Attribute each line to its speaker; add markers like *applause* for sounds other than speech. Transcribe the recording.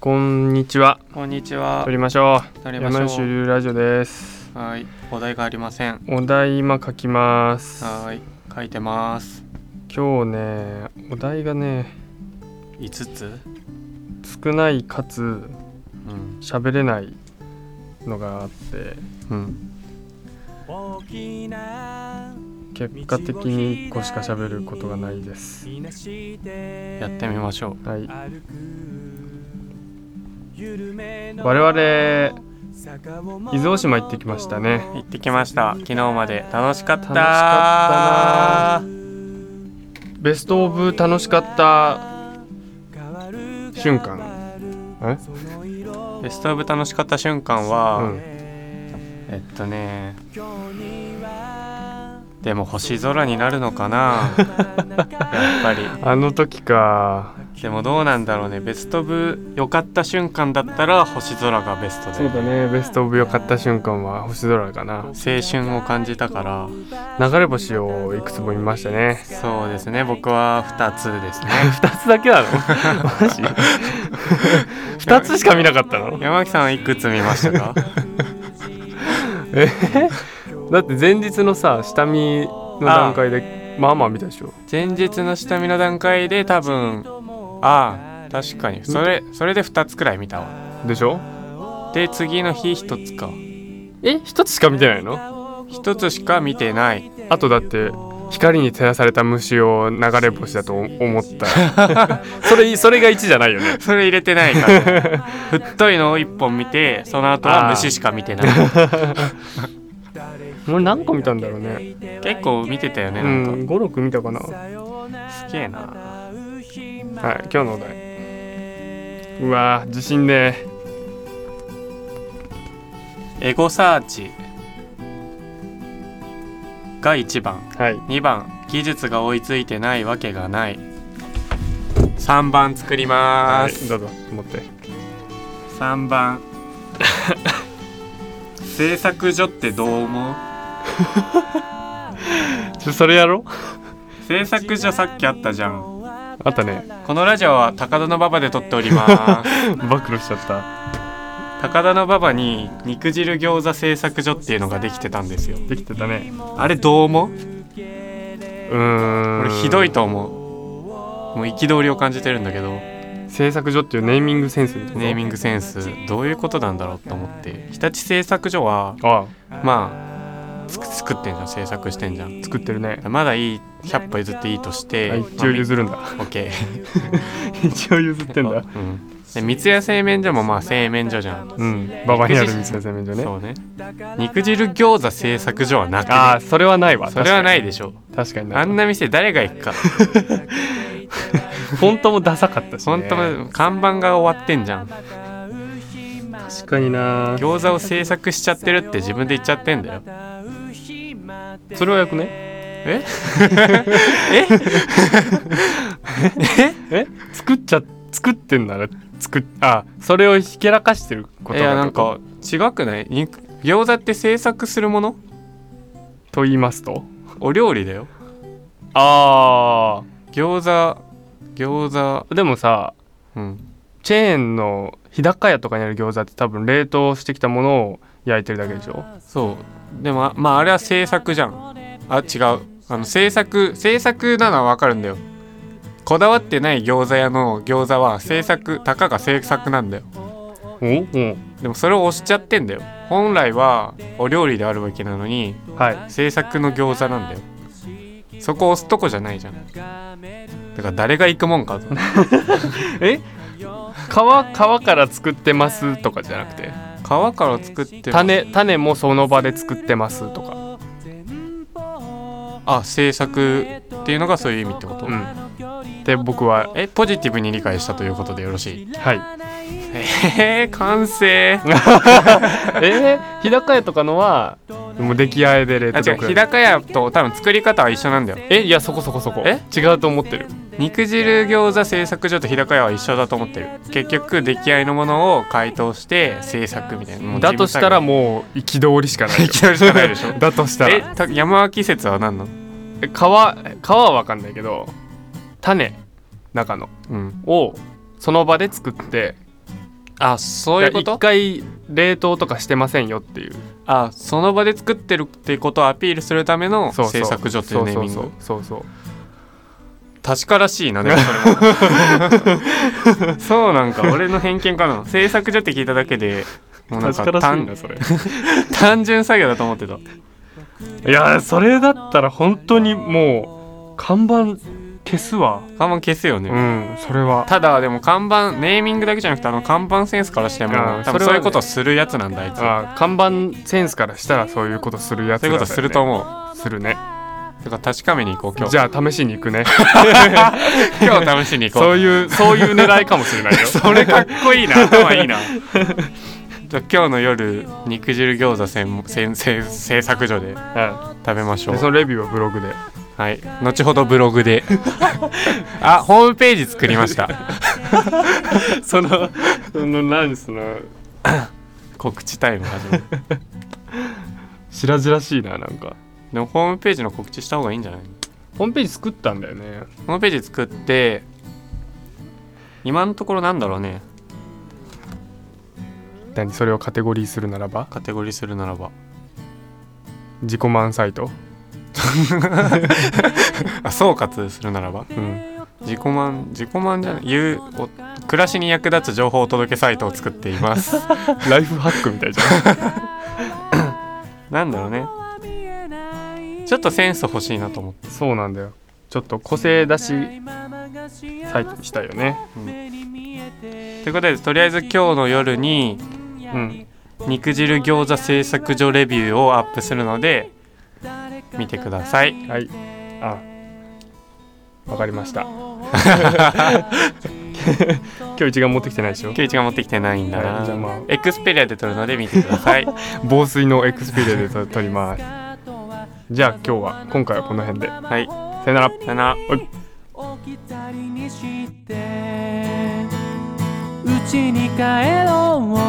Speaker 1: こんにちは。
Speaker 2: こんにちは
Speaker 1: 撮。りましょ
Speaker 2: 撮
Speaker 1: う。
Speaker 2: りま
Speaker 1: 山
Speaker 2: し
Speaker 1: 内
Speaker 2: ょう。
Speaker 1: ゆるラジオです。
Speaker 2: はい。お題がありません。
Speaker 1: お題今書きます。
Speaker 2: はい。書いてます。
Speaker 1: 今日ね、お題がね、
Speaker 2: 五つ。
Speaker 1: 少ないかつ
Speaker 2: うん。
Speaker 1: 喋れないのがあって、
Speaker 2: うん。
Speaker 3: 大きな
Speaker 1: 結果的に1個しか喋ることがないです。
Speaker 3: みなして
Speaker 2: やってみましょう。
Speaker 1: はい。
Speaker 3: 歩く緩めの
Speaker 1: 我々
Speaker 3: 坂を
Speaker 1: 伊豆大島行ってきましたね
Speaker 2: 行ってきました。昨日まで楽しかった。
Speaker 1: 楽しかったなベストオブ楽しかった
Speaker 3: 変わる
Speaker 1: 瞬間。え
Speaker 3: その色
Speaker 2: ベストオブ楽しかった瞬間は、
Speaker 1: うん。
Speaker 2: えっとね、
Speaker 3: 今日には
Speaker 2: でも星空になるのかな。やっぱり。
Speaker 1: あの時か。
Speaker 2: でもどうなんだろうね。ベストオブ良かった瞬間だったら星空がベスト
Speaker 1: そう
Speaker 2: で。
Speaker 1: だね、ベストオブ良かった瞬間は星空かな。
Speaker 2: 青春を感じたから。
Speaker 1: 流れ星をいくつも見ましたね。
Speaker 2: そうですね。僕は二つですね。
Speaker 1: 2つだけ
Speaker 2: *laughs*
Speaker 1: なのマジ ?2 つしか見なかったの
Speaker 2: 山木さんはいくつ見ましたか
Speaker 1: えだって前日のさ下見の段階でまあまあ見たでしょ
Speaker 2: 前日の下見の段階で多分ああ確かにそれそれで2つくらい見たわ
Speaker 1: でしょ
Speaker 2: で次の日1つか
Speaker 1: え1つしか見てないの
Speaker 2: 1つしか見てない
Speaker 1: あとだって光に照らされた虫を流れ星だと思った
Speaker 2: *laughs*
Speaker 1: それそれが1じゃないよね
Speaker 2: それ入れてないから太いのを1本見てその後は虫しか見てない
Speaker 1: 俺何個見たんだろうね
Speaker 2: 結構見てたよね
Speaker 1: う
Speaker 2: なんか、
Speaker 1: ん56見たかなはい
Speaker 2: すげえな
Speaker 1: 今日のお題うわー自信ね
Speaker 2: エゴサーチが1番
Speaker 1: はい
Speaker 2: 2番技術が追いついてないわけがない3番作りま
Speaker 1: はい
Speaker 2: す、
Speaker 1: どうぞ持って
Speaker 2: 3番 *laughs* 制作所ってどう思う
Speaker 1: ちょそれやろう
Speaker 2: 制作所さっきあったじゃん
Speaker 1: あったね
Speaker 2: このラジオは高田の馬場で撮っております *laughs*
Speaker 1: 暴露しちゃった
Speaker 2: 高田の馬場に肉汁餃子製作所っていうのができてたんですよ
Speaker 1: できてたね
Speaker 2: あれどう思う
Speaker 1: うーん
Speaker 2: 俺ひどいと思うもう憤りを感じてるんだけど
Speaker 1: 制作所っていうネーミングセンスみたいな
Speaker 2: ネーミングセンスどういうことなんだろうと思って日立製作所は
Speaker 1: あ
Speaker 2: まあつく作ってんじゃん制作してんじゃん
Speaker 1: あ作ってるね
Speaker 2: まだいい100歩譲っていいとして、
Speaker 1: あ一応譲るんだ
Speaker 2: オッ
Speaker 1: *laughs*
Speaker 2: ケー
Speaker 1: 一応譲ってんだ
Speaker 2: うん、で三ツ矢製麺所もまあ製麺所じゃん、
Speaker 1: うん馬場にある道の洗面所ね
Speaker 2: そうね肉汁餃子製作所はなく
Speaker 1: ああそれはないわ
Speaker 2: それはない
Speaker 1: で
Speaker 2: でしょ
Speaker 1: 確かに
Speaker 2: あ
Speaker 1: なん
Speaker 2: な店誰が行くか
Speaker 1: フォントもダサかったし、ね、
Speaker 2: 本当も看板が終わってんじゃん
Speaker 1: 確かにな
Speaker 2: 餃子を制作しちゃってるって自分で言っちゃってんだよ
Speaker 1: それはよくね
Speaker 2: え
Speaker 1: え作っちゃ作ってんなら作っあそれをひけらかしてること
Speaker 2: い
Speaker 1: だ
Speaker 2: や
Speaker 1: と
Speaker 2: なんか違くない肉餃子って制作するもの
Speaker 1: と言いますと
Speaker 2: お料理だよ
Speaker 1: あ
Speaker 2: 餃子餃
Speaker 1: あでもさ
Speaker 2: 子うん
Speaker 1: チェーンの日高屋とかにある餃子って多分冷凍してきたものを焼いてるだけでしょ
Speaker 2: そうでもあまああれは制作じゃんあ違うあの制作制作なのはわかるんだよこだわってない餃子屋の餃子は制作たかが制作なんだよ
Speaker 1: おうん
Speaker 2: でもそれを押しちゃってんだよ本来はお料理であるわけなのに
Speaker 1: はい
Speaker 2: 制作の餃子なんだよそこ押すとこじゃないじゃんだから誰が行くも
Speaker 1: *laughs*
Speaker 2: んかと
Speaker 1: え皮皮から作ってますとかじゃなくて
Speaker 2: 皮から作って
Speaker 1: 種種もその場で作ってますとか
Speaker 2: あ制作っていうのがそういう意味ってこと、
Speaker 1: うんで僕は
Speaker 2: えポジティブに理解したということでよろしい
Speaker 1: はい
Speaker 2: えー、完成
Speaker 1: *laughs* えー、日高屋とかのはもう出来合いで冷
Speaker 2: あ
Speaker 1: 凍
Speaker 2: 違
Speaker 1: 食
Speaker 2: う日高屋と多分作り方は一緒なんだよ
Speaker 1: えいやそこそこそこ
Speaker 2: え
Speaker 1: 違うと思ってる
Speaker 2: 肉汁餃子製作所と日高屋は一緒だと思ってる結局出来合いのものを解凍して制作みたいなもう
Speaker 1: だとしたら
Speaker 2: も
Speaker 1: もう憤りしかな
Speaker 2: う
Speaker 1: い
Speaker 2: 行
Speaker 1: よ
Speaker 2: き通りしかないでしょ
Speaker 1: *laughs* だとしたら
Speaker 2: え
Speaker 1: え
Speaker 2: た山脇説は何なの
Speaker 1: 皮皮は分かんないけど種中の
Speaker 2: うん
Speaker 1: をその場で作って
Speaker 2: あそういうこ
Speaker 1: だ
Speaker 2: と
Speaker 1: から一回冷凍とかしてませんよっていう
Speaker 2: あその場で作ってるっていうことをアピールするための
Speaker 1: そうそう
Speaker 2: 制作所っていうネーミング
Speaker 1: そうそうそう
Speaker 2: 確からしい *laughs* なでも
Speaker 1: *laughs*
Speaker 2: それもそうなんか俺の偏見かな制作所って聞いただけでもうなん
Speaker 1: 確
Speaker 2: か
Speaker 1: からしいな
Speaker 2: 単
Speaker 1: それ
Speaker 2: 単純作業だと思ってた
Speaker 1: いやそれだったら本当にもう看板消すわ
Speaker 2: 看板消すよね、
Speaker 1: うんそれは
Speaker 2: ただでも看板ネーミングだけじゃなくてあの看板センスからしても
Speaker 1: あー
Speaker 2: 多
Speaker 1: それは
Speaker 2: 分
Speaker 1: ね
Speaker 2: そういうことをするやつなんだあいつ
Speaker 1: あ看板センスからしたらそういうことするやつ
Speaker 2: そういうことすると思う、
Speaker 1: うするね
Speaker 2: てか確かめに行こう今日
Speaker 1: じゃあ試しに行く
Speaker 2: *laughs*
Speaker 1: ね
Speaker 2: 今日試しに行こ
Speaker 1: そうういうそういう狙いかもしれないよ
Speaker 2: *laughs* それかっこい
Speaker 1: *laughs*
Speaker 2: いな頭いいなじゃあ今日の夜肉汁餃子専門せんせん製作所で
Speaker 1: う
Speaker 2: 食べましょ
Speaker 1: ん
Speaker 2: う
Speaker 1: でそのレビューはブロ
Speaker 2: *laughs*
Speaker 1: グで
Speaker 2: はい、後ほどブロ
Speaker 1: *laughs*
Speaker 2: グであホームページ作りました
Speaker 1: そのその何その
Speaker 2: 告知タイム始める
Speaker 1: 白々しいななんか
Speaker 2: でもホームページの告知した方がいいんじゃない
Speaker 1: ホームページ作ったんだよね
Speaker 2: ホームページ作って今のところなんだろうね
Speaker 1: 何それをカテゴリーするならば
Speaker 2: カテゴリーするならば
Speaker 1: 自己満サイト
Speaker 2: あ総括するならば
Speaker 1: うん
Speaker 2: 自己満自己満じゃない言うお暮らしに役立つ情報お届けサイトを作っています
Speaker 1: *laughs* ライフハックみたいじゃん
Speaker 2: なんだろうねちょっとセンス欲しいなと思って
Speaker 1: そうなんだよちょっと個性出しサイトにしたいよね
Speaker 2: ということでとりあえず今日の夜に
Speaker 1: うん
Speaker 2: 肉汁餃子製作所レビューをアップするので見てください
Speaker 1: はいあわかりました *laughs* 今日一眼持ってきてないでしょ
Speaker 2: ケイチが持ってきてないんだ
Speaker 1: は
Speaker 2: ない
Speaker 1: じゃあまあ
Speaker 2: エクスペリアで撮るので見てく
Speaker 1: *laughs*
Speaker 2: ださい
Speaker 1: 防水のエクスペリアでと撮りますじゃあ今日は今回はこの辺で
Speaker 2: はい
Speaker 1: さよなら
Speaker 2: さよなら
Speaker 1: おい
Speaker 3: 起きたりにしてうちに帰ろう